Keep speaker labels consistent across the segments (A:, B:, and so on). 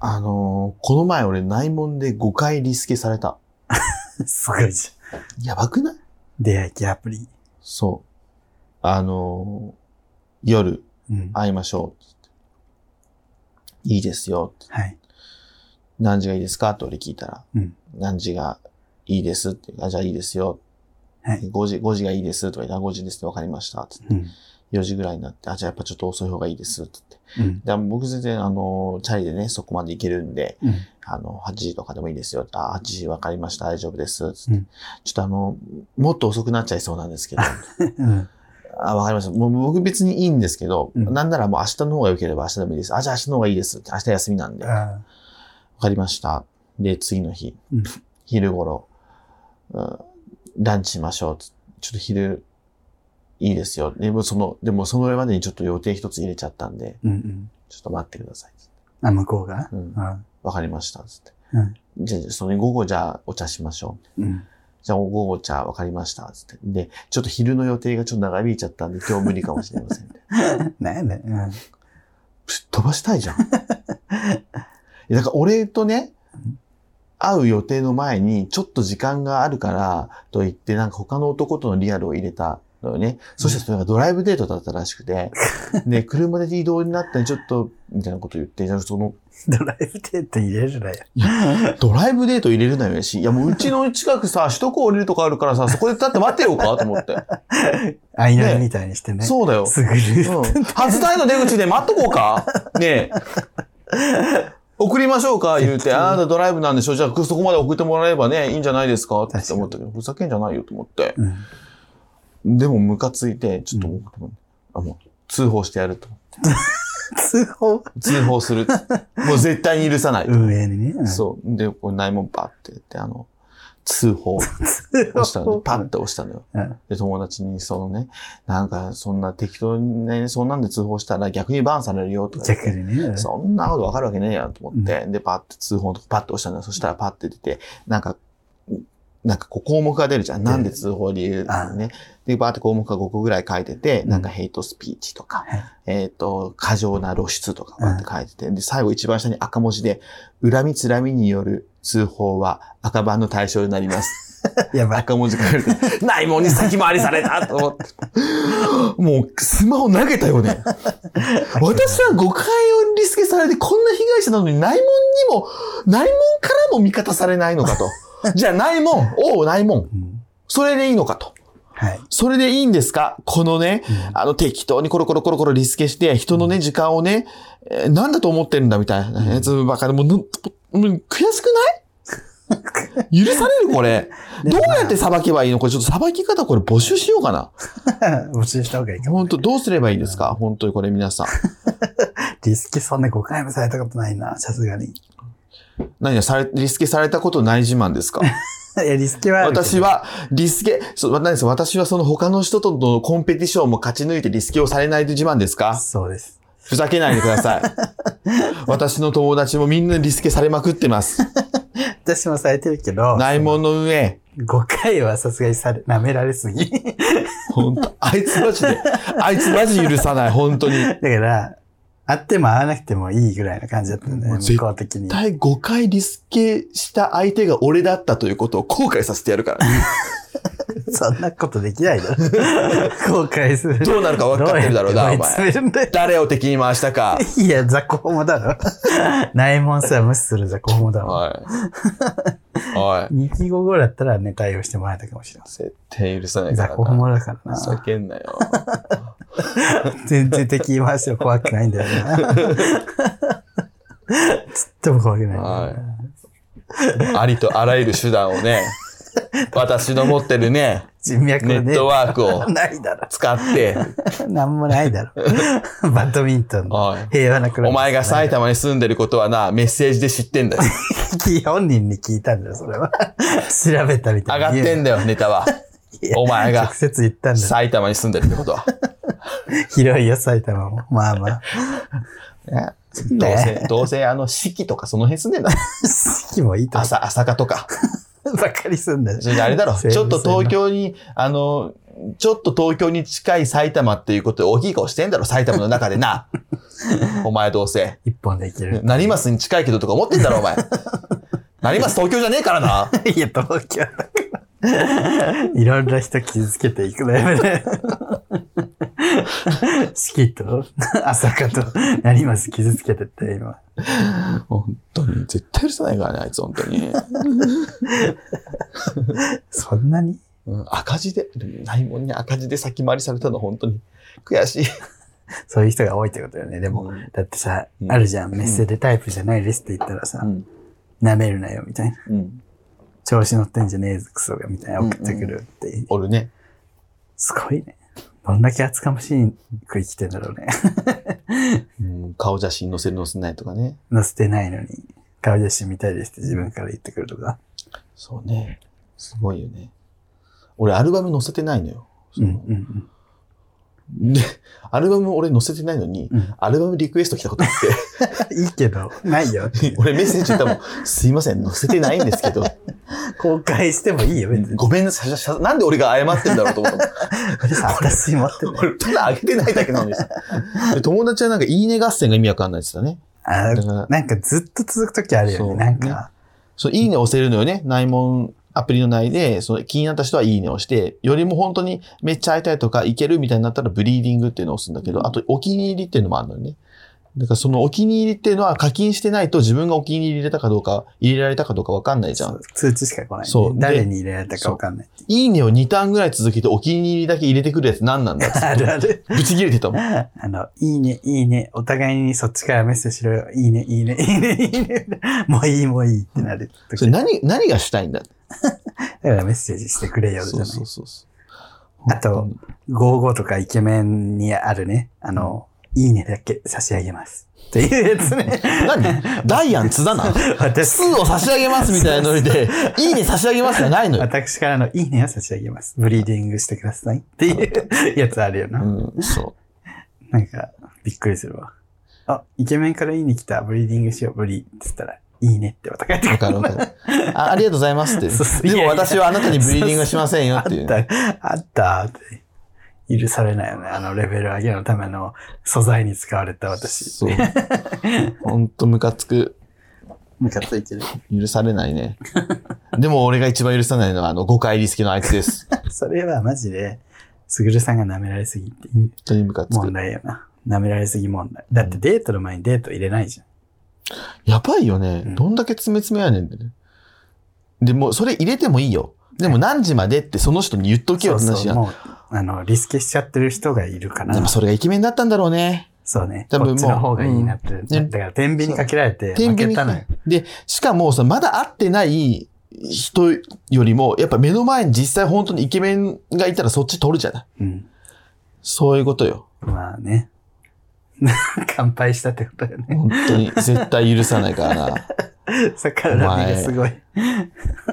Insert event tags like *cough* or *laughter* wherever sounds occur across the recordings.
A: あのーこの前俺内門で5回リスケされた。
B: すごいじ
A: やばくない
B: ゃん。出会い系アプリ。
A: そう。あのー夜
B: うん。
A: 会いましょうっつって。いいですよって。
B: はい。
A: 何時がいいですかって俺聞いたら、
B: うん
A: 何時がいいですって、あ、じゃあいいですよ。
B: はい
A: 5時、5時がいいですとか言ったら5時ですって分かりました。つって
B: うん。
A: 4時ぐらいになって、あ、じゃあやっぱちょっと遅い方がいいです。つって。
B: うん。
A: で僕全然、あの、チャリでね、そこまで行けるんで、
B: うん。
A: あの、8時とかでもいいですよ。あ、8時分かりました。大丈夫です。つって
B: うん
A: ちょっとあの、もっと遅くなっちゃいそうなんですけど、
B: うん。
A: あ、わかりました。もう僕別にいいんですけど、
B: うん
A: なんならもう明日の方が良ければ明日でもいいです。あ、じゃあ明日の方がいいです。明日休みなんで。わ
B: あ
A: かりました。で、次の日、
B: うん
A: 昼頃、うんランチしましょうつ。ちょっと昼、いいですよ。でもその、でもそのまでにちょっと予定一つ入れちゃったんで、
B: うんうん。
A: ちょっと待ってください。
B: あ、向こうが
A: うん
B: あ
A: わかりました。つって。
B: うん
A: じゃあ、その午後じゃあお茶しましょう。
B: うん。 *laughs*
A: じゃあ、午後茶わかりました。つって。で、ちょっと昼の予定がちょっと長引いちゃったんで、今日無理かもしれません。
B: なんだよ。う
A: ぶ
B: ん。
A: っ飛ばしたいじゃん。いやだから俺とね
B: うん、
A: 会う予定の前に、ちょっと時間があるから、と言って、なんか他の男とのリアルを入れたのよね。そしたらそれがドライブデートだったらしくて、で、車で移動になったんでちょっと、みたいなこと言って、じゃあその、
B: ドライブデート入れるなよ。
A: ドライブデート入れるなよやし、いやもううちの近くさ、首都高降りるとこあるからさ、そこで立って待ってようかと思って。
B: アイナみたいにしてね。
A: そうだよ。
B: すぐる。
A: うん。初台の出口で待っとこう
B: *laughs*
A: かねえ。送りましょうか言うて、あなたドライブなんでしょじゃあそこまで送ってもらえればね、いいんじゃないですかって思ったけど、ふざけんじゃないよと思って。
B: うん。
A: でもムカついて、ちょっともう、あもう通報してやると。
B: 通報
A: 通報す
B: *laughs*
A: る。もう絶対に許さない。
B: 運営にね。うん
A: そう。で、これ内門バッてやって、あの、通報
B: *laughs* 通報
A: 押したのね。パッて押したのよ。
B: うん
A: で、友達にそのね、なんかそんな適当にね、そんなんで通報したら逆にバンされるよとか言って
B: 逆にね。うん
A: そんなことわかるわけねえやんと思って、で、パッて通報のとこパッて押したんだよ。そしたらパッて出て、なんか、なんかこう項目が出るじゃん。なんで通報理由
B: あ
A: ね。で、バーって項目が5個ぐらい書いてて、
B: うん
A: なんかヘイトスピーチとか
B: はい、
A: えっと、過剰な露出とかバーって書いてて、で、最後一番下に赤文字で、恨みつらみによる通報は赤番の対象になり
B: *laughs*
A: ます。*laughs*
B: やばい。
A: 赤文字書かれ
B: *laughs*
A: て、ないもんに先回りされたと思って。もう、スマホ投げたよね。私は誤解をリスケされて、こんな被害者なのに内門にも、内門からも味方されないのかと。じゃあ内門、おう内門、
B: うん
A: それでいいのかと。
B: はい。
A: それでいいんですかこのね、あの適当にコロコロコロコロリスケして、人のね、時間をね、えーなんだと思ってるんだみたいなやつばかり、もう、ぬもう悔しくない許されるこれ。
B: で
A: ど
B: も
A: う
B: まあ
A: やって裁けばいいのこれちょっと裁き方これ募集しようかな。
B: 募集した方がいいかも。
A: 本当どうすればいいですか本当にこれ皆さん。
B: リスケそんな5回もされたことないな、さすがに。い
A: 何や、され、リスケされたことない自慢ですか
B: や、リスケはあるけど
A: 私。は、リスケ、そう、何です私はその他の人とのコンペティションも勝ち抜いてリスケをされない自慢ですか
B: そうです。
A: ふざけないでくだ
B: *laughs*
A: さい。私の友達もみんなリスケされまくってます。
B: 私もされてるけど、
A: 内門の上。
B: 5回はさすがにされ、舐められすぎ。 *laughs*
A: 本当あいつマジで、あいつマジ許さない、本当に。
B: だから、会っても会わなくてもいいぐらいな感じだったんだよ
A: もう
B: ね、
A: 絶
B: 向こう的に。
A: 第5回リスケした相手が俺だったということを後悔させてやるから。
B: *laughs* そんなことできないだろ。後悔する。
A: どうなるか分かってるだろうな、お
B: どやって追い
A: 前。
B: 詰めるんだよ
A: 誰を敵に回したか。
B: いや、雑魚もだろ。 *laughs* 内門さ、無視する雑魚もだわ。
A: おい。お
B: *laughs*
A: い。
B: 2期後後だったらね、対応してもらえたかもしれま
A: 絶対許さな
B: せん。
A: いか
B: 雑
A: ら
B: 魚
A: な。
B: もだから
A: ふ
B: な
A: ざ。けんなよ。
B: 全然敵いましよ。怖くないん
A: *laughs*
B: だよな。ちっとも怖くない。
A: はありとあらゆる手段をね、私の持ってるね、
B: 人脈
A: ネ
B: はね
A: ットワークを
B: ないだろ。
A: 使って、
B: *laughs* なんもないだろ。 *laughs* バドミントンの
A: おい。
B: 平和な暮らし。
A: お前が埼玉に住んでることはな、メッセージで知ってんだよ。
B: *laughs* 本人に聞いたんだよ、それは。 *laughs* 調べたみた
A: 上
B: い
A: が
B: な。
A: ってんだよ、ネタは。
B: いや
A: お前が
B: 直接言ったんだよ。
A: 埼玉に住んでるってことは。
B: 広いよ、埼玉も。まあま
A: *laughs*
B: あ。
A: どうせ、どうせあの、四季とかその辺住んでんだろ。
B: 四季もいいとこ
A: 朝、朝霞とか。
B: ばっかりすんだよ
A: そ。れであれだ
B: *laughs*
A: ろ。
B: 西武
A: ちょっと東京に、あの、ちょっと東京に近い埼玉っていうことで大きい顔してんだろ、埼玉の中でな。お前どうせ。
B: 一本でいける。
A: なりますに近いけどとか思ってんだろ、お前。なります東京じゃねえからな。
B: *laughs* いや、東京だから。いろんな人傷つけていくのや
A: *laughs*
B: めね。四季と、朝香と、成増傷つけてって、今。
A: 本当に。絶対許さないからね、あいつ、本当に。
B: そんなに *laughs*
A: うん、赤字で、ないもんに赤字で先回りされたの、本当に。悔しい。
B: そういう人が多いってことよね。でも、
A: うん
B: だってさ、
A: うん
B: あるじゃん。メッセでタイプじゃないですって言ったらさ、
A: ん。
B: 舐めるなよ、みたいな。
A: うん。
B: 調子乗ってんじゃねえぞ、クソが、みたいな。
A: うん
B: 送ってくるっていう。
A: おるね。
B: すごいね。どんだけ厚かましいく生きてんだろうね。 *laughs*
A: うん、顔写真載せる載せないとかね。
B: 載せてないのに、顔写真見たいですって自分から言ってくるとか。
A: そうね。すごいよね。俺、アルバム載せてないのよ。そ
B: うんう
A: の
B: ん
A: で、アルバム俺載せてないのに、
B: うん。うん
A: アルバムリクエスト来たことあっ
B: いいけど、ないよ。
A: て、 *laughs* 俺メッセージ言ったもん、すいません、載せてないんですけど、 *laughs*
B: 公開してもいいよ、別に。
A: ごめんなさいしゃしゃ、なんで俺が謝ってんだろうと思ったもん。
B: 俺さ、私持ってない。
A: 俺、 *laughs* ただあげてないだけなのにさ。
B: *laughs*
A: で友達はなんか、いいね合戦が意味わかんないって言ってたね。
B: あ
A: だから
B: なんかずっと続くときあるよ
A: そ
B: ね。
A: う
B: なんか、
A: そう、いいね押せるのよね。内門アプリの内で、その気になった人はいいねをして、よりも本当にめっちゃ会いたいとか、いけるみたいになったらブリーディングっていうのを押すんだけど、あとお気に入りっていうのもあるのよね。だからそのお気に入りっていうのは課金してないと自分がお気に入り入れたかどうか、入れられたかどうかわかんないじゃ
B: そ
A: ん
B: う。通知しか来ないね、
A: そうで
B: 誰に入れられたかわかんない。
A: いいねを2ターンぐらい続けてお気に入りだけ入れてくるやつ何なんだっ
B: *laughs*
A: て。
B: あるある。
A: ぶち切れてたもん。
B: あの、いいね、いいね。お互いにそっちからメッセージしろよ。いいね、いいね、 *laughs* いいね、いいね。もういい、もういいってなる時。
A: それ何、何がしたいんだって。
B: だからメッセージしてくれよ、じゃ
A: そう
B: ない。
A: そうそうそう。
B: あと、55とかイケメンにあるね、あの、いいねだけ差し上げます。っていうやつね。
A: *laughs* 何ダイアン津田な
B: 私、
A: 数を差し上げますみたいなノリで、いいね差し上げますじゃないのよ。
B: 私からのいいねを差し上げます。ブリーディングしてください。っていうやつあるよな。
A: うん、そ
B: なんか、びっくりするわ。あ、イケメンからいいね来た。ブリーディングしよう、ブリー。って言ったら、いいねってまた帰って
A: う。
B: く
A: わかるわかる。あありがとうございますって。
B: そうそう
A: で
B: いやい
A: も
B: や
A: 私はあなたにブリーディングはしませんよ
B: あ
A: っ
B: って
A: いう。
B: た、あったって。許されないよね。あの、レベル上げのための素材に使われた私。
A: そう。ほんとムカつく。
B: ムカついてる。
A: 許されない
B: *laughs*
A: ね。でも俺が一番許さないのは、あの、誤解リスケのあいつです。本
B: それはマジで、すぐるさんが舐められすぎって
A: 当にムカつ
B: 問
A: く。
B: 題よな。舐められすぎ問題。だってデートの前にデート入れないじゃん。
A: やばいよね。
B: うん
A: どんだけ詰め詰めやねんってね。でも、それ入れてもいいよ。でも何時までってその人に言っとけよ、
B: そう
A: 話
B: そう、
A: が。
B: もう、あの、リスケしちゃってる人がいるか
A: で
B: ら
A: も、それがイケメンだったんだろうね。
B: そうね。
A: 多
B: こ
A: 分もう
B: っちの方がいいなって。
A: ん
B: だから、天秤にかけられて、
A: 天
B: 負
A: 秤
B: け
A: に
B: たのよ。
A: で、しかもさ、まだ会ってない人よりも、やっぱ目の前に実際本当にイケメンがいたらそっち取るじゃない。
B: うん。
A: そういうことよ。
B: まあね。 *laughs* 乾杯したってことよね。
A: 本当に。絶対許さないから
B: *laughs*
A: な。
B: そっからラビがすごい。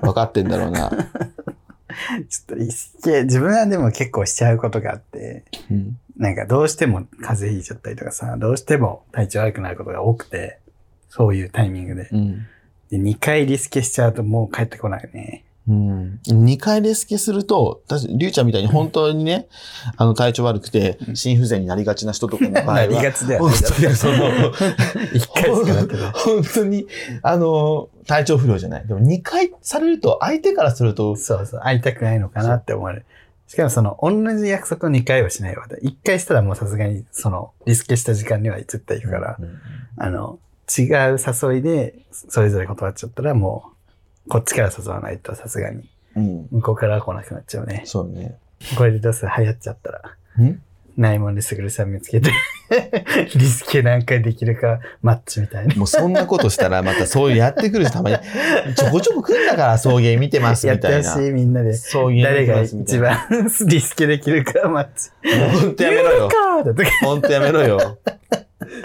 A: 分かってんだろうな。
B: ちょっとリスケ、自分はでも結構しちゃうことがあって、
A: うん。
B: なんかどうしても風邪ひいちゃったりとかさ、どうしても体調悪くなることが多くて、そういうタイミングで。
A: うん。
B: で、2回リスケしちゃうともう帰ってこないね。
A: うん、2回レスケすると、私、りゅうちゃんみたいに本当にね、あの、体調悪くて、心不全になりがちな人とかの場合は、
B: *laughs* なりがちだよね。
A: 本当にその、
B: 一回しかなってない。
A: 本当に、あの、体調不良じゃない。でも2回されると、相手からすると、
B: そうそう、会いたくないのかなって思われる。しかもその、同じ約束を2回はしないわ。1回したらもうさすがに、その、リスケした時間には絶対行くから、
A: うん
B: あの、違う誘いで、それぞれ断っちゃったらもう、こっちから誘わないとさすがに、
A: うん。
B: 向こうからは来なくなっちゃうね。
A: そうね。
B: これでどうする流行っちゃったら。
A: ん
B: ないもんですぐるさん見つけて、 *laughs* リスケ何回できるか、マッチみたいな。
A: もうそんなことしたら、またそういうやってくる人たまに、ちょこちょこ来んだから、送迎見てます
B: やっ
A: み
B: て
A: たい
B: ほ
A: な
B: し。い、みんなで。
A: 送迎
B: 誰
A: 見て
B: が
A: ますみた
B: 一
A: いな。
B: 番リスケできるか、マッチ。
A: もうほんとやめろよ。
B: カードとか。
A: ほんとやめろよ。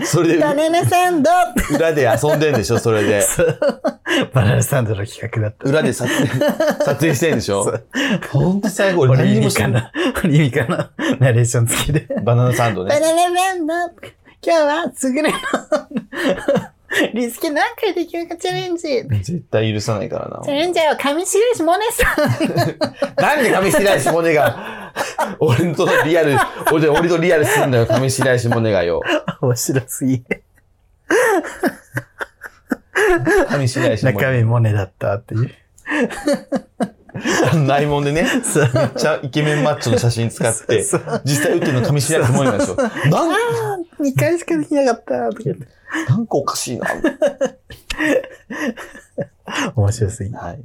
A: そ *laughs* れで、
B: ナサンド
A: 裏で遊んでんでしょ、それで。
B: バナナサンドの企画だった。
A: 裏で撮影、撮影してんでしょ
B: そう
A: ほんと最後、俺
B: 俺
A: 何
B: 意
A: にも
B: 味
A: しな
B: か
A: い
B: な俺意味かなナレーション付きで。 *laughs*
A: バナナサンドね。
B: ナナサンド今日はすぐれのリスケ何回できるかチャレンジチ
A: 絶対許さないからな。
B: レンジャーは上白石萌音さん。
A: なんで上白石萌音が、俺とのリアル、俺と俺とリアルするんだよ、上白石萌音がよ。
B: 面白すぎ。
A: 上白石萌
B: *laughs* 中身萌音だったっていう。
A: *laughs* 音。ないもんでね、
B: そう。
A: めっちゃイケメンマッチョの写真使って、
B: そう
A: 実際打ってるの上白石萌音なんですよ。なん、
B: ああ、2回しかできなかったとか言って。
A: *laughs* なんかおかしいな。
B: 面白すぎ。 *laughs*
A: はい。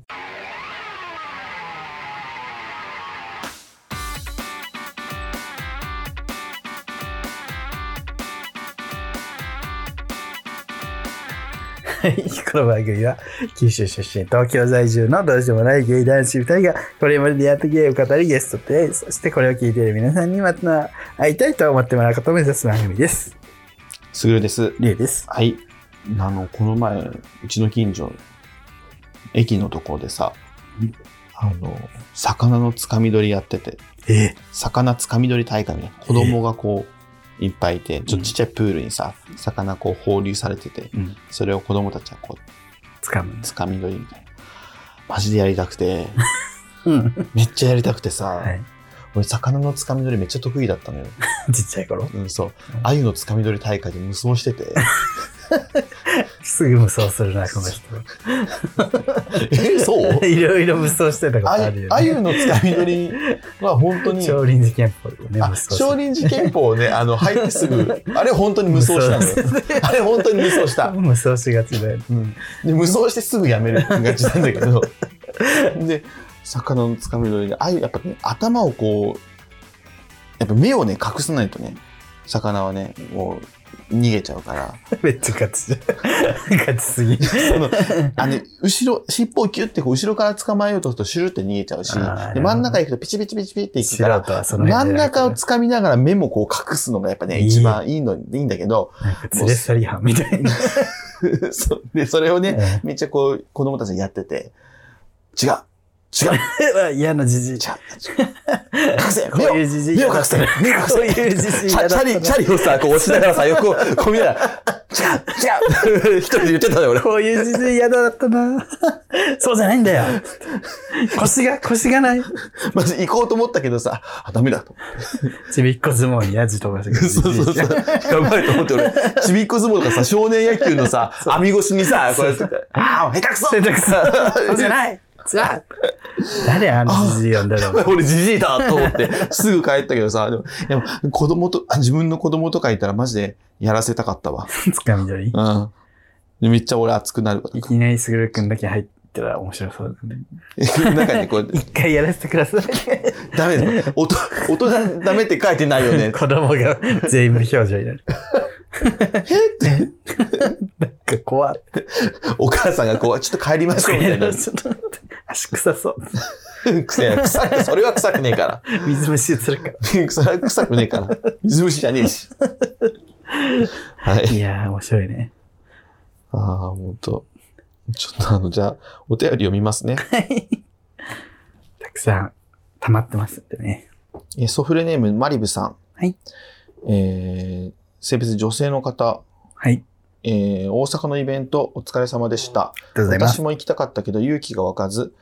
B: はい。この番組は、九州出身、東京在住のどうしようもないゲイ男子2人が、これまで出会ったゲイを語りゲストと出会い、そしてこれを聞いている皆さんにまた会いたいと思ってもらうことを目指す番組です。
A: すぐるです。
B: りゅうです。
A: はい。あの、この前、うちの近所、駅のところでさ、あの、魚のつかみ取りやってて、
B: え
A: 魚つかみ取り大会みたいな、子供がこう、いっぱいいて、ちょっとちっちゃいプールにさ、魚こう放流されてて、
B: うん。
A: それを子供たちはこう、
B: つかむんです。
A: つかみ取りみたいな。マジでやりたくて、
B: うん。
A: めっちゃやりたくてさ、
B: はい。
A: 俺魚のつかみ取りめっちゃ得意だ *laughs* ったのよ。
B: ちっちゃい頃。
A: うん、そう。鮎のつかみ取り大会で無双してて、
B: すぐ無双するな、この人。
A: え、 *laughs* そう
B: *laughs* いろいろ無双してたことあ
A: あ
B: るよね。
A: ゆのつかみ取りは本 *laughs* 当に、
B: 少林寺拳法でね、無
A: あ
B: 双する
A: 少林寺拳法をね、あの、入ってす *laughs* ぐ、あれ本当に無双したのよ。あれ本当に無双した。
B: 無双しがちだよね。
A: うん、で無双してすぐやめるがちなんだけ *laughs* ど。で、魚のつかみ取りで、あゆ、やっぱね、頭をこう、やっぱ目をね、隠さないとね、魚はね、もう逃げちゃうから、
B: めっちゃ勝ちじゃん。勝ちすぎ。
A: *laughs* その、あの、後ろ、尻尾をキュッてこう後ろから捕まえようとするとシュルって逃げちゃうし
B: あー、
A: で真ん中行くとピチピチピチピチって行くから、
B: 素人はその
A: 真
B: 辺
A: ん
B: でやる
A: 中
B: から
A: をつかみながら目もこう隠すのがやっぱね、
B: いい
A: 一番いいの、いいんだけど、 *laughs*
B: 連れ去り犯みたいな。
A: そうで、それをね、
B: え
A: めっちゃこう、子供たちがやってて、違う違う違う
B: え *laughs* 嫌なじじい。こ
A: 違う隠せ
B: う
A: 目を
B: いうじじい。
A: 目を隠せ目を隠せ
B: こういうじじい
A: チャ
B: 嫌
A: チ
B: だった
A: ャ
B: な。
A: リ、チャリをさ、こう押しながらさ、横をこう見ながら、 *laughs* 違う違う一人で言ってたのよ、俺。
B: *laughs* こういうじじい嫌だったな。そうじゃないんだよ。
A: *laughs*
B: 腰が、腰がない。
A: まず行こうと思ったけどさ、あ、ダメだと。
B: ちびっこ相撲にやじ飛ばしてくるじじ
A: *laughs*
B: い。
A: そうそうそう。やばいと思って俺、
B: *laughs*
A: ちびっこ相撲とかさ、少年野球のさ、網越しにさ、こうやって、ああ、下手くそ
B: 洗濯さ、そうじゃない。じゃあ、誰あのじじい呼んだろう。
A: *laughs* 俺じじいだと思って、すぐ帰ったけどさ、でも、でも子供と、あ自分の子供とかいたらマジでやらせたかったわ。
B: つかみ取り。
A: うん。でめっちゃ俺熱くなるわ。 *laughs*
B: いきなりすぐるくんだけ入ったら面白そうだね。
A: 中にこう、 *laughs*
B: 一回やらせてください。
A: ダメだよ。大人、大人ダメって書いてないよね。
B: 子供が全員無表情になる。
A: えって
B: なんか怖い。
A: お母さんがこう、ちょっと帰りましょうみたいな。
B: ちょっと待って。足臭そう。
A: 臭い臭く、それは臭くねえから。 *laughs*
B: 水虫するから。
A: それは臭くねえから。水虫じゃねえ
B: *laughs*
A: し。はい。
B: いやー、面白いね。
A: ああ、ほんと。ちょっとあの、じゃあ、お便り読みますね。
B: たくさん溜まってますんでね。
A: えーソフレネーム、マリブさん。
B: はい。
A: えー性別女性の方。
B: はい。
A: えー大阪のイベント、お疲れ様でした。
B: ありがとうございま
A: 私
B: す。
A: も行きたかったけど、勇気が湧かず、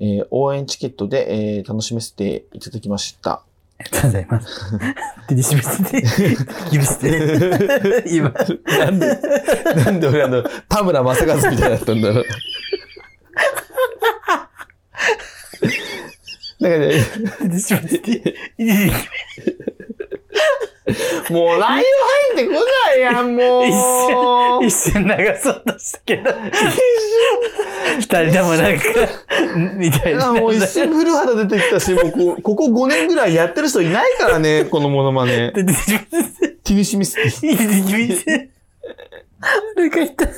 A: えー応援チケットで、えー楽しめせていただきま *laughs* した。
B: ありがとうございます。手にしめてて、指して
A: *laughs*
B: て。今、
A: なんで、なんで俺あの、田村正和みたいだったんだろう。 *laughs* なんかね、
B: 手にしめてて。
A: もうライブ入ってこないやん、もう。
B: 一瞬、一瞬流そうとしたけ
A: *laughs*
B: ど、二人ともなんか、みたいな。
A: あもう一瞬古肌出てきたし、もうこうここ5年ぐらいやってる人いないからね、このモノマネ。
B: 手にしめてて。
A: ティニシミス。
B: なんか痛い。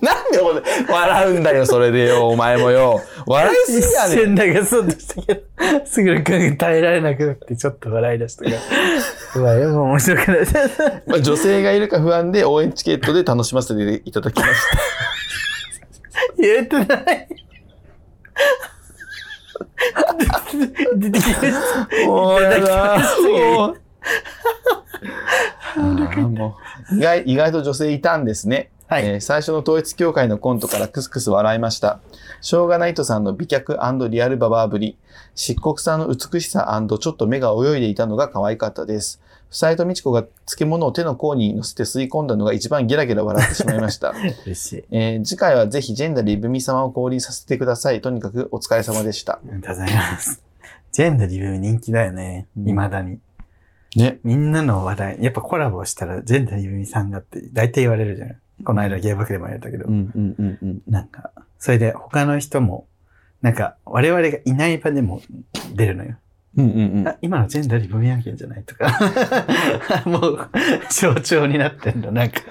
A: なんでお前笑うんだよ、それでよ、お前もよ。笑い
B: 一
A: すぎやね
B: 瞬流そうとしたけど、すぐ君が耐えられなくなって、ちょっと笑い出したから。うわ、やっぱ面白くなった。
A: まあ女性がいるか不安で応援チケットで楽しませていただきました。
B: 言えてない。
A: *laughs*
B: 出てきました。
A: もうやだ
B: も
A: あーもう意外意外と女性いたんですね。
B: はい
A: えー最初の統一教会のコントからクスクス笑いました。しょうがないとさんの美脚リアルババアぶり、漆黒さんの美しさちょっと目が泳いでいたのが可愛かったです。夫妻と美智子が漬物を手の甲に乗せて吸い込んだのが一番ゲラゲラ笑ってしまいま *laughs* した。
B: 嬉しい。
A: えー次回はぜひジェンダリブミ様を降臨させてください。とにかくお疲れ様でした
B: あ。りがとうございます。ジェンダーリブ人気だよね。
A: うん
B: 未だに。
A: ね。
B: みんなの話題、やっぱコラボしたらジェンダーリブミさんがって大体言われるじゃん。この間芸爆でもやったけど。
A: んうんうんうん。
B: なんか、それで他の人も、なんか我々がいない場でも出るのよ。
A: うんうん
B: あ今のジェンダーリブミ案件じゃないとか。
A: *laughs*
B: もう、象徴になってんの。なんか、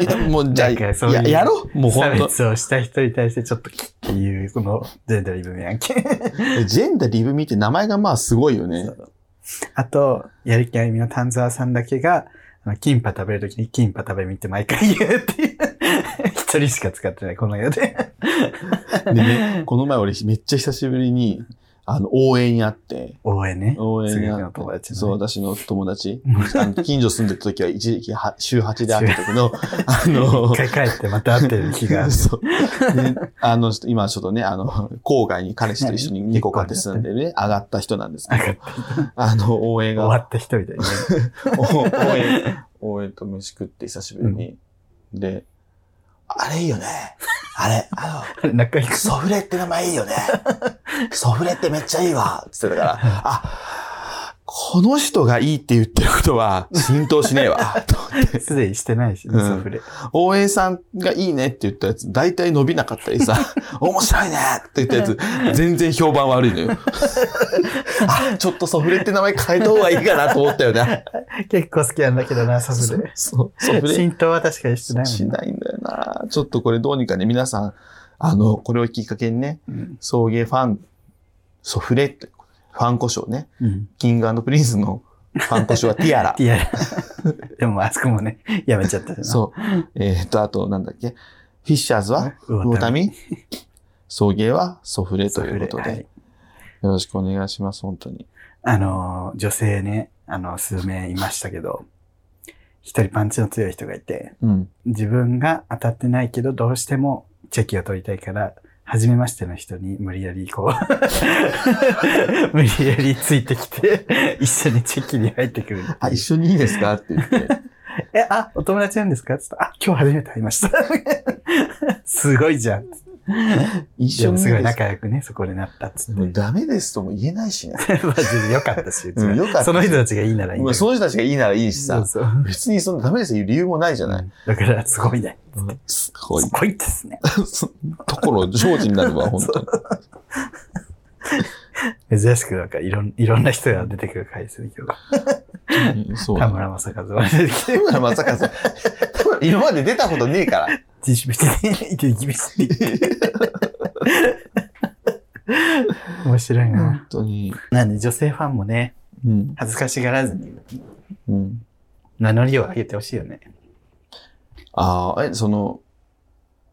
A: いや、 *laughs* もう、じゃあ、
B: なんかそういう
A: ややろうもうほ
B: 差
A: んと。
B: 別をした人に対してちょっとキッっていう、このジェンダーリブミ案件。
A: ジェンダリブミって名前がまあすごいよね。
B: あと、やる気ありみの丹沢さんだけが、あの、キンパ食べるときにキンパ食べみって毎回言うっていう。 *laughs* 一人しか使ってない、この世で。
A: でね、この前俺めっちゃ久しぶりに、あの、応援にあって、
B: 応援ね。
A: 応援に
B: 通
A: あ
B: 学の
A: って、
B: 友達のね
A: そう、私の友達。あの近所住んでた時は一時期は週8で会ってたけど、
B: *laughs*
A: あの、
B: 一回帰ってまた会ってる日があ
A: *laughs*
B: る。
A: そう。であの、ちょっと今ちょっとね、あの、郊外に彼氏と一緒に猫飼って住んでね、上がった人なんですけど、あの、応援
B: 終
A: が
B: わった
A: *laughs*
B: 人みたいな、ね。
A: 応 *laughs* 援、応援と飯食って久しぶりに。で、あれいいよね。あれ、あ
B: あれ仲良
A: の、
B: く
A: ソフレって名前いいよ *laughs* ね。ソフレってめっちゃいいわ。つってたから、あ、この人がいいって言ってることは浸透しねえ *laughs* わ。と思って
B: すでにしてないし、
A: うん
B: ソフレ。
A: 応援さんがいいねって言ったやつ、大体伸びなかったり *laughs* さ、面白いねって言ったやつ、全然評判悪いの *laughs* よ。あ、ちょっとソフレって名前変えた方がいいかなと思ったよね。
B: 結構好きなんだけどな、ソフレ。
A: そう、ソフレ。
B: 浸透は確かにしてないも
A: し
B: んな。
A: ないんだよな。ちょっとこれどうにかね、皆さん、あの、これをきっかけにね、
B: うん
A: 送迎ファン、ソフレって、ファン故障ね、
B: うん。
A: キングプリンスのファン故障はティアラ
B: テ。ィアラ。でも、あそこもね、やめちゃったじゃん。
A: そう。えっ、と、あと、なんだっけ、フィッシャーズは、
B: う
A: ウ
B: わ。
A: オタミ、送迎はソフレと
B: ソ
A: いう
B: フ
A: こ
B: レ。
A: と
B: はい
A: で、よろしくお願いします、本当に。
B: あの、女性ね、あの、数名いましたけど、一人パンチの強い人がいて、
A: うん。
B: 自分が当たってないけど、どうしてもチェキを取りたいから、初めましての人に無理やりこう、 *laughs* 無理やりついてきて、一緒にチェキに入ってくる。
A: あ、一緒にいいですかって言って。
B: え、あ、お友達なんですかつって、あ、今日初めて会いました。 *laughs* すごいじゃん。
A: 一
B: で
A: 緒にいい
B: もすごい
A: ですか
B: 仲良くね、そこでなったっつって。
A: もうダメですとも言え *laughs* ないしね。
B: *laughs* マジで良かったし、うち
A: うん良かった
B: はその人たちがいいならいいん
A: ま
B: だ
A: あ
B: けど
A: その人たちがいいならいいしさ、
B: そうそう
A: 別にそのダメですよ、理由もないじゃない。
B: だから、すごいね。
A: すごい
B: す。ごいですね。
A: そところ、常時になる *laughs* わ、本当に。
B: 珍しくなんかいろんいろんな人が出てくる回ですね、今
A: うんそ
B: 日。
A: う
B: 田
A: だ。
B: 村正和が出てき
A: 田
B: て、
A: 村正和さん。田 *laughs* 村今まで出たことねえから。
B: 自主的にいて厳
A: *laughs*
B: しい。面白いな。
A: 本当に。
B: なんで女性ファンもね、
A: うん。
B: 恥ずかしがらずに
A: うん。
B: 名乗りを上げてほしいよね。
A: ああ、え、その、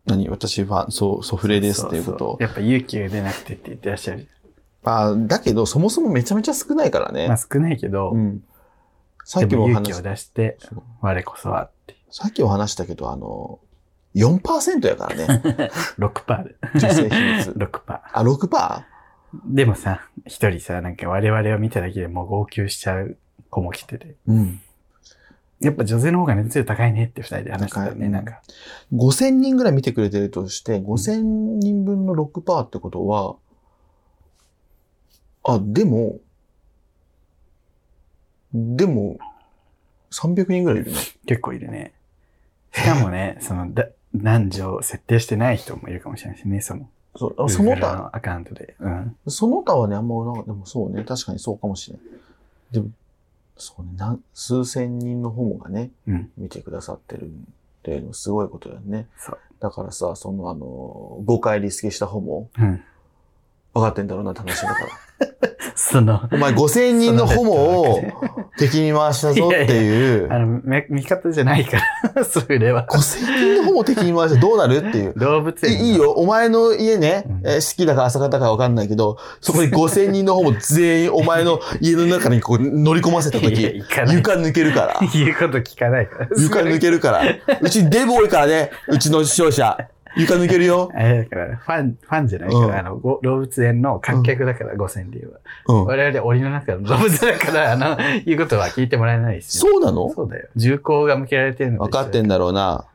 A: 何私ファン、そう、ソフレですっていうこと
B: そそやっぱ勇気が出なくてって言ってらっしゃる。
A: まあ、だけど、そもそもめちゃめちゃ少ないからね。
B: まあ少ないけど、
A: うん。さ
B: で
A: っきも
B: も
A: お
B: 勇気
A: 話
B: を
A: し、
B: 出して、
A: そう
B: 我こそはって。
A: さっきお話したけど、あの、4%やから
B: *laughs*
A: ね。
B: 6%で。
A: 女性比
B: *laughs*
A: 率。
B: 6%。
A: あ、6%?
B: でもさ、一人さ、なんか我々を見ただけでもう号泣しちゃう子も来てて。
A: うん。
B: やっぱ女性の方が熱量高いねって二人で話してたよ
A: 高
B: ね、
A: い
B: なんか。
A: 5000人ぐらい見てくれてるとして、5000人分の6%ってことは、あ、でも、でも、300人ぐらいいるね。
B: 結構いるね。しかもね、その、だ男女を設定してない人もいるかもしれないしね、その。
A: そあその
B: Google
A: 他、
B: のアカウントで。うん。
A: その他はね、あんま、なんかでもそうね、確かにそうかもしれない。でも、そうね、なん数千人のホモがね、
B: うん
A: 見てくださってるっていうのすごいことだよね。
B: そう。
A: だからさ、そのあの、誤解リスケしたホモ、
B: うん。
A: 分かってんだろうなって話だから。
B: その、
A: お前5000人のホモを
B: そんなこと
A: 敵に回したぞ
B: *laughs*
A: っていう。
B: あの、め味方じゃないから、 *laughs* それは。
A: 5000人のホモを敵に回してどうなるって
B: *laughs*
A: いう。
B: 動物園の
A: いいい。よ、お前の家ね
B: うん、
A: えー好きだか朝方かわかんないけど、そこに5000人の方も全員お前の家の中にこう乗り込ませたと
B: *laughs* い
A: き
B: や、行かない
A: 床抜ける
B: *laughs*
A: から。
B: 言うこと聞かないから。
A: 床抜けるから。うちデブ多いからね、うちの視聴者。床抜けるよ。
B: あれだから、ファン、ファンじゃないから、
A: うん
B: あの、ご動物園の観客だから、5000人は。
A: うん。
B: *laughs* 我々、檻の中の動物だから、あの、言うことは聞いてもらえないですよ。
A: そうなの
B: そうだよ。銃口が向けられてるのと
A: 分
B: 一緒
A: かってんだろう
B: *laughs*
A: な。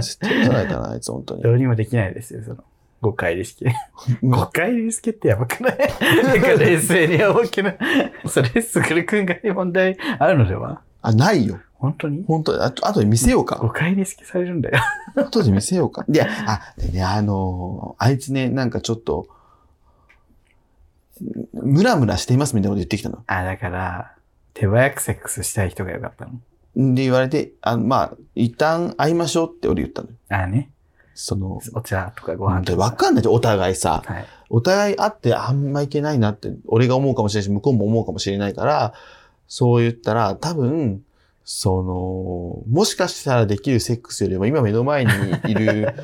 A: 知ってるじゃないかな、あいつ、本当に。
B: どうにもできないですよ、その。誤解リスケ。誤解リスケってやばくないなんか冷静に大きな。それ、すぐるくんが問題あるのでは
A: あ、ないよ。
B: 本当に
A: 本当に。あと、後で見せようか。
B: 誤解リスケされるんだよ。
A: 後で見せようか。で、あ、でね、あのーあいつね、なんかちょっと、ムラムラしていますみたいなこと言ってきたの。
B: あ、だから、手早くセックスしたい人がよかったの。
A: で、言われて、あまあ、一旦会いましょうって俺言ったのよ。
B: あね。
A: その、
B: お茶とかご
A: わ
B: 飯とか。
A: かんないじゃん、お互いさ。
B: はい。
A: お互い会ってあんまいけないなって、俺が思うかもしれないし、向こうも思うかもしれないから、そう言ったら、多分、その、もしかしたらできるセックスよりも、今目の前にい *laughs* る、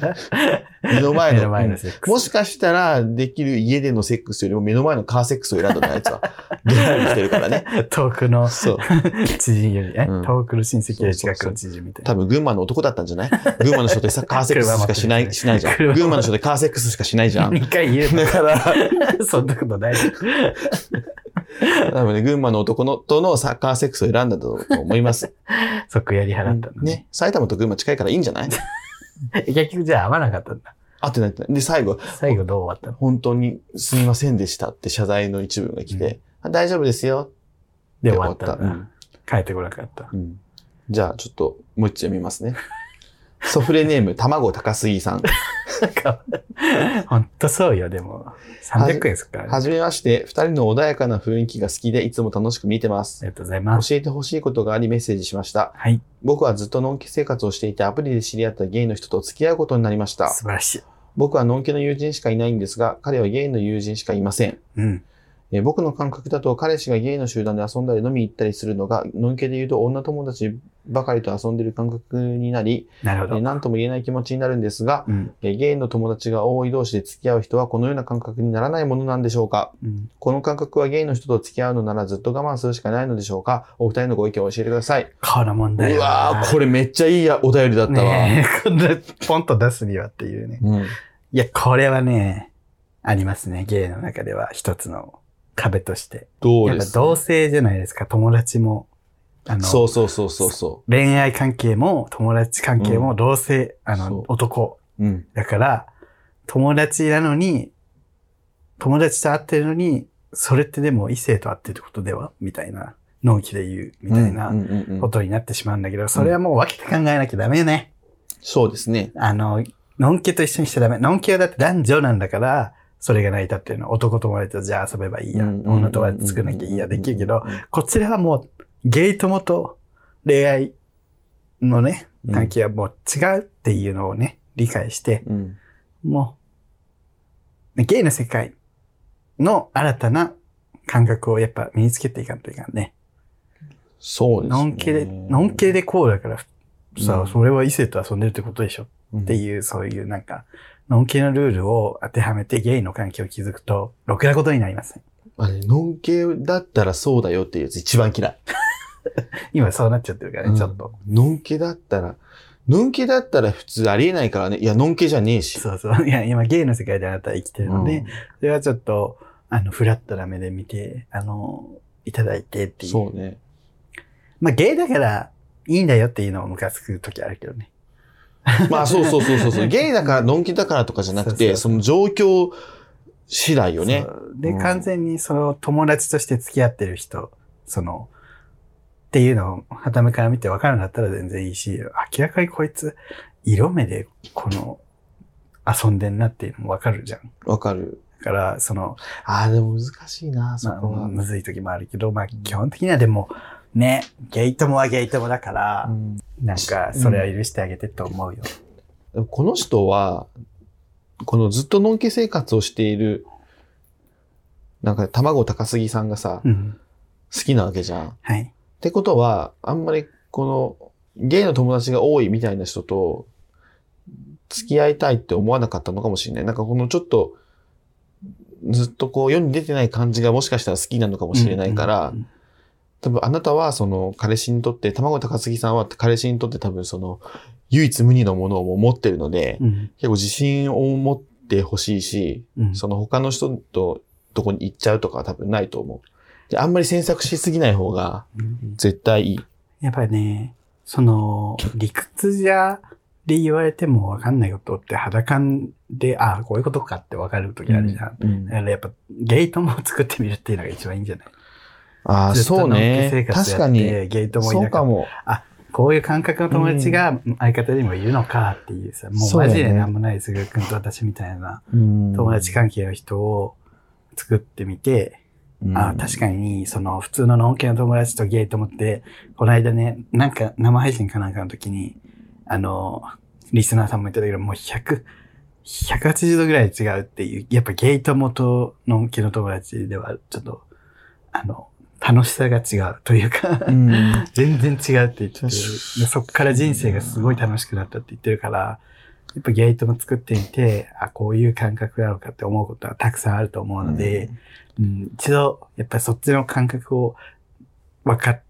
A: 目の前
B: 目
A: の、
B: の前のセックス。
A: もしかしたら、できる家でのセックスよりも目の前のカーセックスを選んだの、あいつ
B: *laughs*
A: は。できるようにしてるからね。
B: 遠くの
A: そう。
B: 知人よりね、
A: うん
B: 遠くの親戚より
A: そうそうそう
B: 近くの知人みたいな。
A: 多分、群馬の男だったんじゃない群馬の人ってさ、カーセックスしかしない、しないじゃん。
B: *laughs* 車
A: 群
B: は
A: 馬の人ってカーセックスしかしないじ
B: *laughs*
A: ゃん。
B: 2回言
A: *laughs* だから、
B: えた。そんなことない。
A: 多分ね、群馬の男のとのサッカーセックスを選んだと思います。
B: 即 *laughs* やり払ったんだね。
A: ね。埼玉と群馬近いからいいんじゃない
B: *laughs* 結局じゃあ合わなかったんだ。
A: あってなってない。で、最後、
B: 最後どう終わったの
A: 本当にすみませんでしたって謝罪の一部が来て、あ大丈夫ですよ。
B: で終わったん
A: 終わ
B: だ。帰ってこなかった。 *laughs*
A: うんじゃあ、ちょっと、もう一度読みますね。ソフレネーム、卵高杉さん。
B: なんか、ほんとそうよ、でも。300円すっからね。あ
A: はじめまして、二人の穏やかな雰囲気が好きで、いつも楽しく見てます
B: り。がとうございます。
A: 教えてほしいことがありメッセージしました。
B: はい。
A: 僕はずっとのんき生活をしていて、アプリで知り合ったゲイの人と付き合うことになりました。
B: 素晴らしい。
A: 僕はのんきの友人しかいないんですが、彼はゲイの友人しかいません。
B: うん。
A: えー僕の感覚だと、彼氏がゲイの集団で遊んだり飲み行ったりするのが、のんきで言うと女友達ばかりと遊んでる感覚になり、
B: なる
A: え
B: ほ
A: ー
B: ど。
A: 何とも言えない気持ちになるんですが、
B: うん。
A: えーゲイの友達が多い同士で付き合う人はこのような感覚にならないものなんでしょうか
B: うん
A: この感覚はゲイの人と付き合うのならずっと我慢するしかないのでしょうかお二人のご意見を教えてください。
B: この問
A: う
B: 題
A: わー、これめっちゃいいやお便りだったわ。
B: ねえ、こんな、ポンと出すにはっていうね。
A: うん。
B: いや、これはね、ありますね。ゲイの中では一つの壁として。
A: どう
B: やっ
A: で
B: ぱ
A: す
B: 同性じゃないですか、友達も。あの、
A: そうそうそうそうそ
B: 恋愛関係も友達関係
A: う
B: も同性、あ
A: そう
B: の、男。
A: う。うん。
B: だから、友達なのに、友達と会ってるのに、それってでも異性と会ってるってことではみたいな、のんきで言う、みたい
A: うん
B: な
A: うんうんうん
B: ことになってしまうんだけど、それはもう分けて考えなきゃダメよね。
A: そうですね。
B: あの、のんけと一緒にしちゃダメ。のんけはだって男女なんだから、それが成り立ってるの。男友達とじゃあ遊べばいいや。
A: うんうんうんうん
B: 女友達作らなきゃいいや。できるけど、こちらはもう、ゲイ友と恋愛のね、
A: うん
B: 関係はもう違うっていうのをね、理解して、
A: うん。
B: もう、ゲイの世界の新たな感覚をやっぱ身につけていかんといかんね。
A: そうですね。
B: のんけで、のんけでこうだから、さ
A: う
B: あ、
A: ん
B: それは異性と遊んでるってことでしょ
A: っ
B: って
A: う。
B: いう、そういうなんか、のんけのルールを当てはめてゲイの関係を築くと、ろくなことになりません。
A: あれ、のんけだったらそうだよっていうやつ一番嫌い。
B: 今そうなっちゃってるから
A: うん
B: ね、ちょっと。
A: のんけだったら、のんけだったら普通ありえないからね。いや、のんけじゃねえし。
B: そうそう。いや、今ゲイの世界であなたは生きてるので、
A: うん
B: それはちょっと、あの、フラットな目で見て、あの、いただいてっていう。
A: そうね。
B: まあ、ゲイだからいいんだよっていうのをムカつく時あるけどね。
A: まあ、そうそうそう
B: *laughs*
A: そうそう。ゲイだから、のんけだからとかじゃなくて、
B: そ
A: その状況次第よね
B: そ。うで、
A: うん
B: 完全にその友達として付き合ってる人、その、っていうのを、はためから見て分かるんだったら全然いいし、明らかにこいつ、色目で、この、遊んでんなっていうのも分かるじゃん。
A: わかる。
B: だから、その、
A: ああ、でも難しいな、そ
B: まあ、
A: こは。
B: むずい時もあるけど、まあ、基本的にはでも、ね、ゲイ友はゲイ友だから、
A: うん
B: なんか、それは許してあげてと思うよ。
A: この人は、このずっとのんけ生活をしているなんか卵高杉さんがさ、
B: うん。
A: 好きなわけじゃん。っ
B: はい。
A: てことは、あんまりこの、ゲイの友達が多いみたいな人と、付き合いたいって思わなかったのかもしれない。なんかこのちょっと、ずっとこう世に出てない感じがもしかしたら好きなのかもしれないから、
B: うん
A: 多分あなたはその彼氏にとって、卵高杉さんは彼氏にとって多分その唯一無二のものを持ってるので、
B: うん。
A: 結構自信を持ってほしいし、
B: うん。
A: その他の人とどこに行っちゃうとかは多分ないと思う。で、あんまり詮索しすぎない方が
B: うん
A: 絶対いい。
B: やっぱりね、その、理屈じゃ、で言われてもわかんないことって裸感で、ああ、こういうことかってわかるときあるじゃん。
A: うん
B: だからやっぱ、ゲートも作ってみるっていうのが一番いいんじゃない
A: ああ、
B: ずっと
A: そう
B: 同居生
A: ね。
B: 活
A: 確
B: や
A: か
B: って
A: に。
B: ゲートもい
A: そう
B: なか
A: か
B: っ
A: も。
B: た。こういう感覚の友達が相方にもいるのかっていうさ、もう
A: そう
B: マ
A: だ
B: ジ
A: ね
B: でなんもないすぐくんと私みたいな
A: 友
B: 友達関係の人を作ってみて、あ確かに、その、普通ののんけの友達とゲイと思って、この間ね、なんか生配信かなんかの時に、あの、リスナーさんも言ってたけど、もう100、180度ぐらい違うっていう、やっぱゲイ友とのんけの友達では、ちょっと、あの、楽しさが違うというか、
A: に。うん
B: 全然違うって言ってて、
A: 確か
B: で
A: に
B: そっから人生がすごい楽しくなったって言ってるから、やっぱゲイ友作ってみて、あ、こういう感覚なのかって思うことはたくさんあると思うので、うん、一度、やっぱりそっちの感覚を分かっ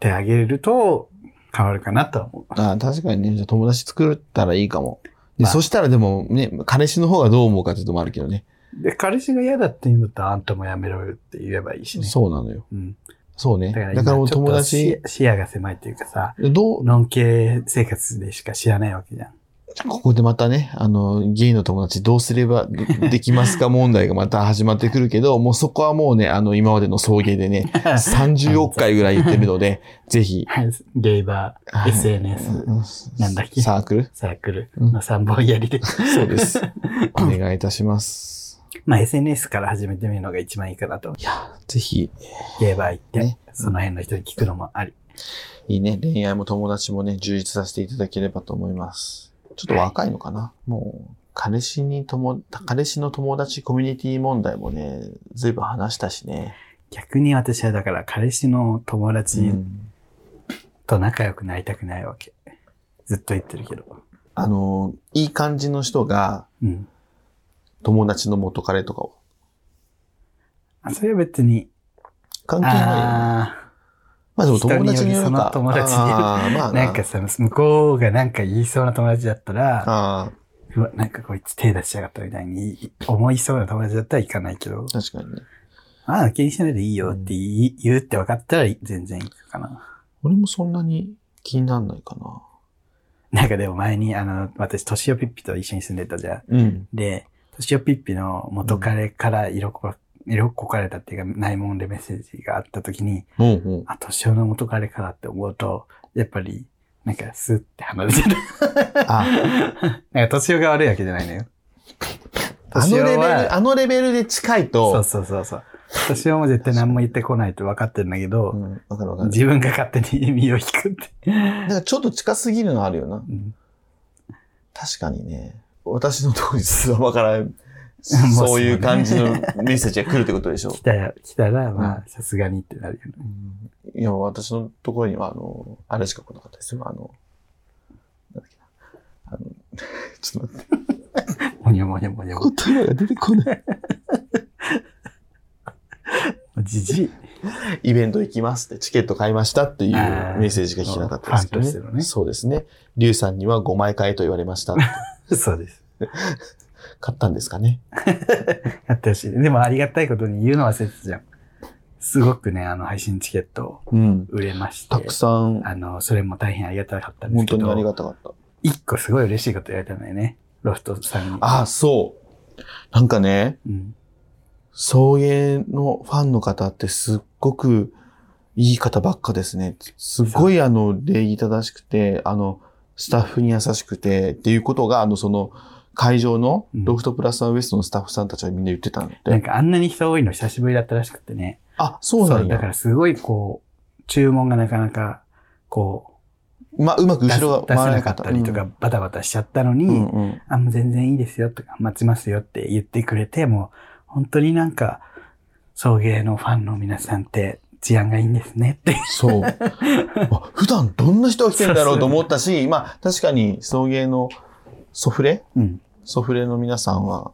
B: てあげると変わるかなとは思う。
A: ああ確かにね。じゃあ友達作ったらいいかも。で、
B: まあ
A: そしたらでもね、彼氏の方がどう思うかっていうのもあるけどね。
B: で、彼氏が嫌だって言うんだったらあんたもやめろよって言えばいいしね。
A: そうなのよ。
B: う。ん。
A: そうね。
B: だから
A: だ
B: 今
A: からもう
B: ちょ
A: 友
B: っと
A: 達
B: 視、視野が狭いっていうかさ、
A: どう、
B: ノン系生活でしか知らないわけじゃん。 *laughs*
A: ここでまたね、あの、ゲイの友達どうすれ
B: *laughs*
A: ばでできますか問題がまた始まってくるけど、もうそこはもうね、あの、今までの送迎で
B: *laughs*
A: ね、30億回ぐらい言ってるので、ぜひ、
B: ゲイバー、
A: はい
B: SNS、なんだっけ
A: サークル
B: サークルの3本やりで。 *laughs*
A: そうです。お願いいたします。
B: まあ SNS から始めてみるのが一番いいかなと思う。
A: ぜひ、
B: ゲイバー行って、
A: ね
B: その辺の人に聞くのもあり。
A: いいね。恋愛も友達もね、充実させていただければと思います。ちょっと若いのかな、もう、彼氏に友、彼氏の友達コミュニティ問題もね、ずいぶん話したしね。
B: 逆に私はだから彼氏の友達
A: うん
B: と仲良くなりたくないわけ。ずっと言ってるけど。
A: あの、いい感じの人が、
B: うん。
A: 友達の元彼とかは
B: あそれは別に。
A: 関係ないよね。
B: あ
A: まあでも友達によるか。
B: 人によりその友達による
A: あーま
B: あ。
A: あ
B: なんかさ、向こうがなんか言いそうな友達だったら、
A: ああ、
B: うわ、なんかこいつ手出しやがったみたいに思いそうな友達だったら行かないけど、
A: 確かにね。
B: ああ、気にしないでいいよって言い言うって分かったら全然行くかな。
A: 俺もそんなに気になんないかな。
B: なんかでも前に、あの、私、トシオピッピと一緒に住んでたじゃん。
A: うん。
B: で、トシオピッピの元彼から色こ、色こかれたっていうか、ないもんでメッセージがあった時に、
A: うんうん。
B: あ、年男の元彼からって思うと、やっぱり、なんか、スッって離れてる。 *laughs*
A: あ、
B: なんか、年男が悪いわけじゃないのよ。
A: あのレベ
B: 年男は
A: ル、あのレベルで近いと、
B: そうそうそうそう。年男も絶対何も言ってこないと分かってるんだけ
A: う
B: ど、
A: ん、わかるわかる。
B: 自分が勝手に身を引くって。
A: なんかちょっと近すぎるのあるよな
B: う。ん
A: 確かにね。私の当時、スラバから、
B: *laughs*
A: そういう感じのメッセージが来るってことでしょ
B: 来。たら、来たら、まあ、さすがにってなるよね。
A: いや、私のところには、あの、あれしか来なかったですよ。あの、なんだっけな。あの、 *laughs* ちょ
B: *laughs*
A: っと待って。
B: もにょもにょもにょもにょ。
A: 言葉が出てこない。
B: じじい。 *laughs*
A: イベント行きますって、チケット買いましたっていうメ
B: あー
A: ッセージが聞けなかったですけど
B: ファンとしてのね
A: そうですね。リュウさんには5枚買えと言われましたって。
B: そうです。
A: 買ったんですかね。
B: やってほしい。でもありがたいことに言うの忘れてたじゃん。すごくね、あの配信チケット
A: うん。
B: 売れまして。
A: たくさん、
B: あの、それも大変ありがたかったんで
A: 本
B: すけ
A: 当にあり
B: ど、
A: がたかった。
B: 一個すごい嬉しいこと言われたんだよね。ロフトさんに。
A: ああ、そう。なんかね、
B: うん。
A: 送迎のファンの方ってすっごくいい方ばっかですね。すっごいあの、礼儀正しくて、あの、スタッフに優しくて、っていうことが、あの、その、会場の
B: うん
A: ロフトプラスワンウエストのスタッフさんたちはみんな言ってたんだって。
B: なんかあんなに人多いの久しぶりだったらしくってね。
A: あ、そうなん
B: だか
A: や。
B: らすごいこう、注文がなかなか、こ
A: まあ、うまく
B: う、出
A: 後
B: せ
A: ろが
B: 出せ
A: 回ら
B: な
A: な
B: か
A: か
B: っ
A: ったた。
B: りとか、バタバタしちゃったのに、
A: うん、うんうん
B: あ、もう全然いいですよとか、待ちますよって言ってくれて、もう、本当になんか、送迎のファンの皆さんって治安がいいんですねって。
C: そう。あ普段どんな人が来
A: 来てんだろうと思ったし、まあ確かに送迎のソフレ
B: うん。
A: ソフレの皆さんは、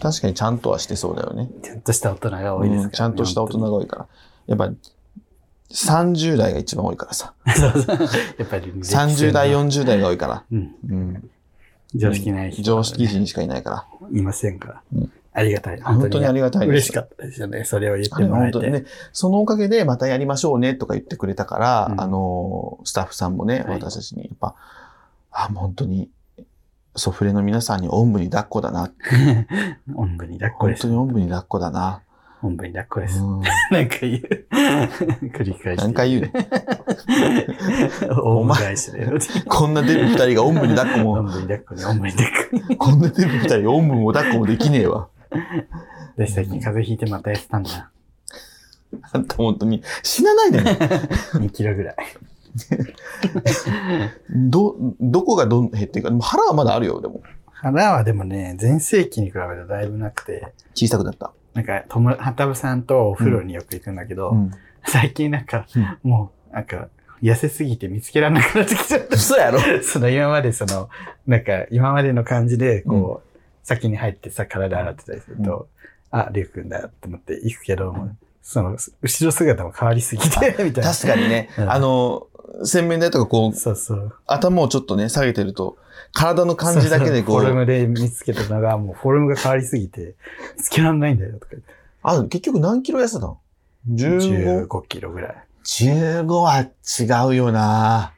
A: 確かにちゃんとはしてそうだよね。
B: ちゃんとした大人が多いですからね、
A: うんちゃんとした大人が多いから。やっぱ、30代が一番多いからさ。
B: そうそう *laughs* やっぱり、
A: 30代、。40代が多いから。
B: うん。
A: うん、
B: 常識ない人、
A: 常識。人しかいないから。
B: いませんから。
A: うん
B: ありがたい。
A: 本当にありがたいです。
B: 嬉しかったですよね。それを言っ
A: あ
B: て
A: れは
B: もらえ
A: 本
B: て。
A: 当にね、そのおかげでまたやりましょうねとか言ってくれたから、
B: うん
A: あの、スタッフさんもね、
B: はい
A: 私たちに、やっぱ、あ、もう本当に、ソフレの皆さんにおんぶに抱っこだな。
B: おんぶに抱っこ
A: 本
B: で
A: 当
B: す。
A: におんぶに抱っこだな。
B: おんぶに抱っこ
A: う
B: です。
A: ん、
B: なんか言う。 *laughs* 繰り返して。
A: 何回言うね。
B: おんぶ返しだよ。
A: こんなデブ二人がおんぶに抱っこ
B: おん *laughs*
A: も、
B: ぶに抱っこに、おんぶに抱っこに。
A: こんなデブ二人がおんぶも抱っこもできねえわ。
B: 私最近風邪ひいてまた痩せたんだ。
A: あんた本当に死なないでね。
B: 2キロぐらい。
A: ど、どこがどん減っていくか。でも腹はまだあるよ、でも。
B: 腹はでもね、前世紀に比べたらだいぶなくて、
A: 小さくなった。
B: なんか、とも、はたぶさんとお風呂によく行くんだけど、
A: うん。
B: 最近なんか、もう、なんか、痩せすぎて見つけられなくなってきちゃっ
A: 嘘やろ *laughs*
B: た。その今までその、なんか、今までの感じで、こう、先に入ってさ、体洗ってたりすると、あ、りゅうくんだって思って行くけど、もうその、後ろ姿も変わりすぎて、みたいな。
A: 確かにね、
B: うん
A: あの、洗面台とかこう、
B: そうそう。
A: 頭をちょっとね、下げてると、体の感じだけでこ
B: そうそうフォル
A: う、
B: ムで見つけたのが、もうフォルムが変わりすぎて、見つけられないんだよとか言って。
A: あ、結局何キロ痩せたの ?15?15
B: 15キロぐらい。
A: は違うよな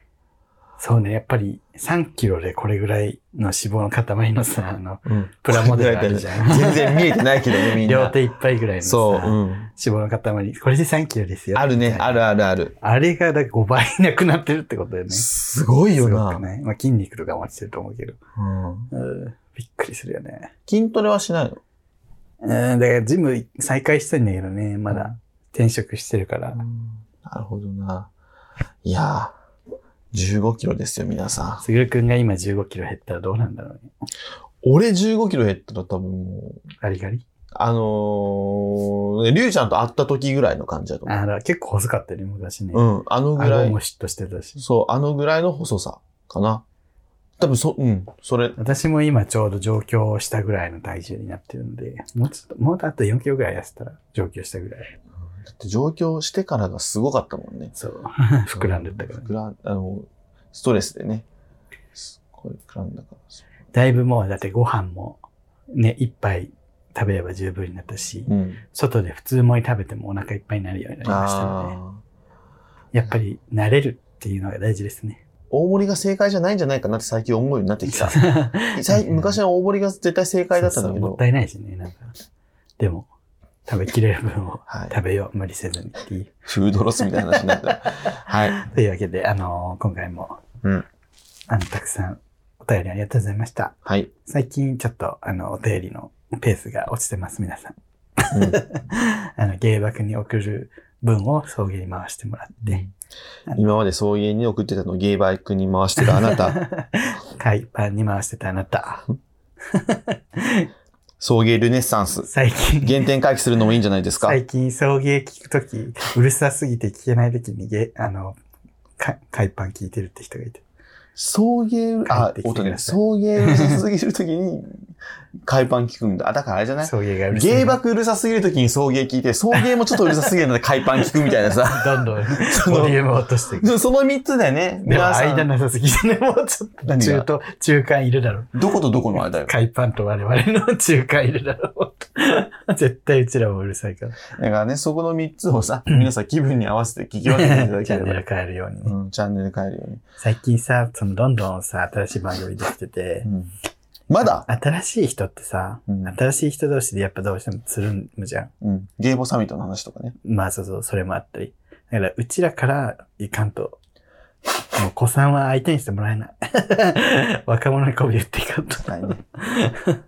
B: そうね、やっぱり3キロでこれぐらいの脂肪の塊のさ、あの、
A: うん。
B: プラモデルあるじゃん。
A: 全然見えてないけどね、みんな。
B: *laughs* 両手いっぱいぐらいのさ、
A: そう、うん。
B: 脂肪の塊、これで3キロですよ。
A: あるね、あ
B: る。
A: るあるある。
B: あれがだ5倍なくなってるってことだよね。
A: すごいよ
B: すご
A: な
B: く、ね。まあ筋肉とかも落ちてると思うけど。
A: うん
B: うん、びっくりするよね。
A: 筋トレはしないの
B: うん、だからジム再開したいんだけどね、まだ転職してるから。
A: なるほどな。いやー、15キロですよ、皆さん。
B: すぐるくんが今15キロ減ったらどうなんだろうね。
A: 俺15キロ減ったら多分もう、
B: ガリガリ
A: あのー、りゅうちゃんと会った時ぐらいの感じだと思う。
B: あら、結構細かったよね、昔ね。
A: うん、あのぐら
B: 顎
A: い
B: も。嫉妬してたし。
A: そう、あのぐらいの細さかな。多分そ、うん、それ。
B: 私も今ちょうど上京したぐらいの体重になってるので、もうちょっと、もうあと4キロぐらい痩せたら上京したぐらい。
A: だって上京してからがすごかったもんね。
B: そう。膨らんでったから、ね。
A: 膨らん、あの、ストレスでね。すっごい膨らんだから。そう
B: だいぶもう、だってご飯も、ね、一杯食べれば十分になったし、
A: うん。
B: 外で普通盛り食べてもお腹いっぱいになるようになりましたので、
A: ああ。
B: やっぱり慣れるっていうのが大事ですね。
A: 大盛りが正解じゃないんじゃないかなって最近思うようになってき
B: *laughs*
A: た。最
B: 最
A: 昔は大盛りが絶対正解だったんだけ
B: もっ
A: ど
B: た。いないしね、なんか。でも、食べきれる分を
A: はい。
B: 食べよう、無理せずにっていう。
A: フードロスみたいな話になった。はい。
B: というわけで、あのー今回も、
A: うん
B: あの、たくさんお便りありがとうございました。
A: はい。
B: 最近ちょっと、あの、お便りのペースが落ちてます、皆さん。
A: うん
B: *laughs* あの、芸爆に送る分を送迎に回してもらって、
A: 今まで送迎に送ってたのをゲイバイクに回してるあなた、
B: 海パンに回してたあなた、
A: 送迎ルネッサンス。
B: 最近、
A: 原点回帰するのもいいんじゃないですか
B: 最近送迎聞くとき、うるさすぎて聞けないときにゲ、あの、か海パン聞いてるって人がいて。
A: 送迎、あ
B: 帰って、きて
A: 音
B: く
A: ね、
B: ださい
A: 送迎うるさすぎるときに、海パン聞くんだ。あ、だからあれじゃない
B: 送迎がうるさい。
A: 芸爆うるさすぎるときに送迎聞いて、送迎もちょっとうるさすぎるので海パン聞くみたいなさ。 *laughs*
B: どんどん、ボ
A: の
B: リュームを落としていく。
A: でその三つだよね。
B: でも
A: 皆さん
B: 間なさすぎてね、もうちょっと
A: 何
B: 中
A: が
B: 途、中間いるだろう。
A: どことどこの間よ。
B: 海パンと我々の中間いるだろう。絶対うちらもうるさ
A: *laughs*
B: いから。
A: だからね、そこの三つをさ、皆さん気分に合わせて聞き分けていただ
B: チ
A: け
B: ャ
A: れ
B: ンネル
A: ば。
B: 変えるようにね。
A: うん、チャンネル変えるように。
B: 最近さ、そのどんどんさ、新しい番組できてて、
A: うんまだ、
B: 新しい人ってさ、
A: うん
B: 新しい人同士でやっぱどうしてもつるむじゃん。
A: うん、ゲイボサミットの話とかね。
B: まあそうそう、それもあったり。だから、うちらからいかんと。もう子さんは相手にしてもらえない。 *laughs* 若者に媚び売っていかんと。
A: はい
B: *laughs*
A: ね。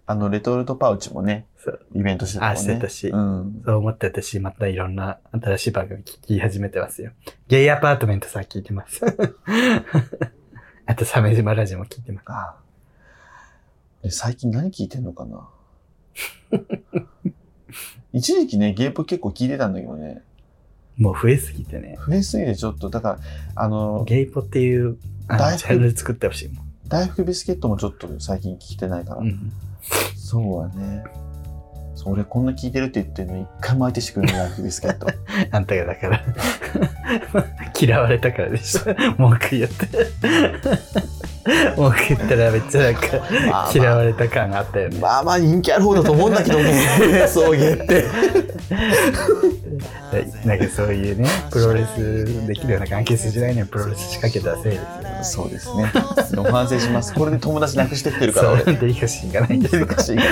A: あの、レトルトパウチもね
B: そう、
A: イベントしてたもんね。
B: あしてたし
A: うん。
B: そう思って私、またいろんな新しい番組聞き始めてますよ。ゲイアパートメントさ、聞いてます。 *laughs* あと、サメ島ラジオも聞いてます。
A: あ
C: *laughs*
A: で最近何聞いてんのかな一時期ね、ゲープ結構聞いてたんだけどね。
B: もう増えすぎてね。
A: 増えすぎてちょっと、だから、あの、
B: ゲイポっていう、あ
A: 大
B: の
A: 福
B: チャンネル作ってほしいもん。
A: 大福ビスケットもちょっと最近聞いてないから。
B: うん
A: そうだね。そう俺こんな聞いてるって言ってるのに一回も相手してくれない大福ビスケット。
B: あんたがだから。 *laughs* 嫌われたからでしょ。文句
A: *laughs*
B: 言って。文句言ったらめっちゃなん
A: まあ
B: か嫌われた感があったよ
C: *laughs*
B: ね。
C: まあまあ人気ある方だと思うんだけど
A: *laughs*
C: ね。そう言って。
B: なんかそういうね、プロレスできるような関係性じゃないね、プロレス仕掛けたせいですよ。
A: そうですね。でも反省します。これで友達なくしてってるから
B: そう、
A: 俺。
B: デリカシーがないんですよ。
A: 難し
C: *laughs*
A: いから。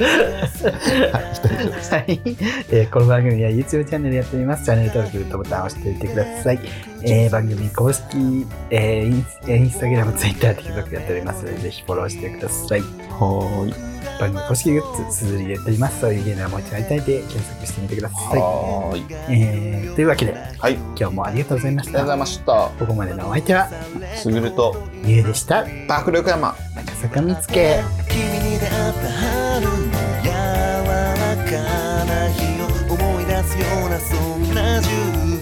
A: はい、大丈夫です。
B: はい、えーこの番組は YouTube チャンネルやっております。チャンネル登録、グッドボタンを押しておいてください。えー番組公式、えー、インスえーインスタグラム、ツイッター、TikTok やっておりますので、ぜひフォローしてください。
A: はーい。
B: 番組公式グッズ、すずりでやっております。そういうゲームはもう一度やりたいで検索してみてください。
A: はーい。
B: えーというわけで、
A: はい。あり
B: 今日もありがとうございまし
A: がとうござい
B: た。
A: ました。
B: ここまでのお相手は、
A: すぐると、
B: ゆうでした。
A: 爆力山。
B: 高坂みつけ。
D: 君に出会った春の柔らかな日を思い出すようなそんな10